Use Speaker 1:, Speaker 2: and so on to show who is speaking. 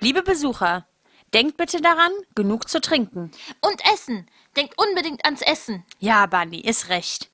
Speaker 1: Liebe Besucher, denkt bitte daran, genug zu trinken.
Speaker 2: Und Essen. Denkt unbedingt ans Essen.
Speaker 1: Ja, Bunny, ist recht.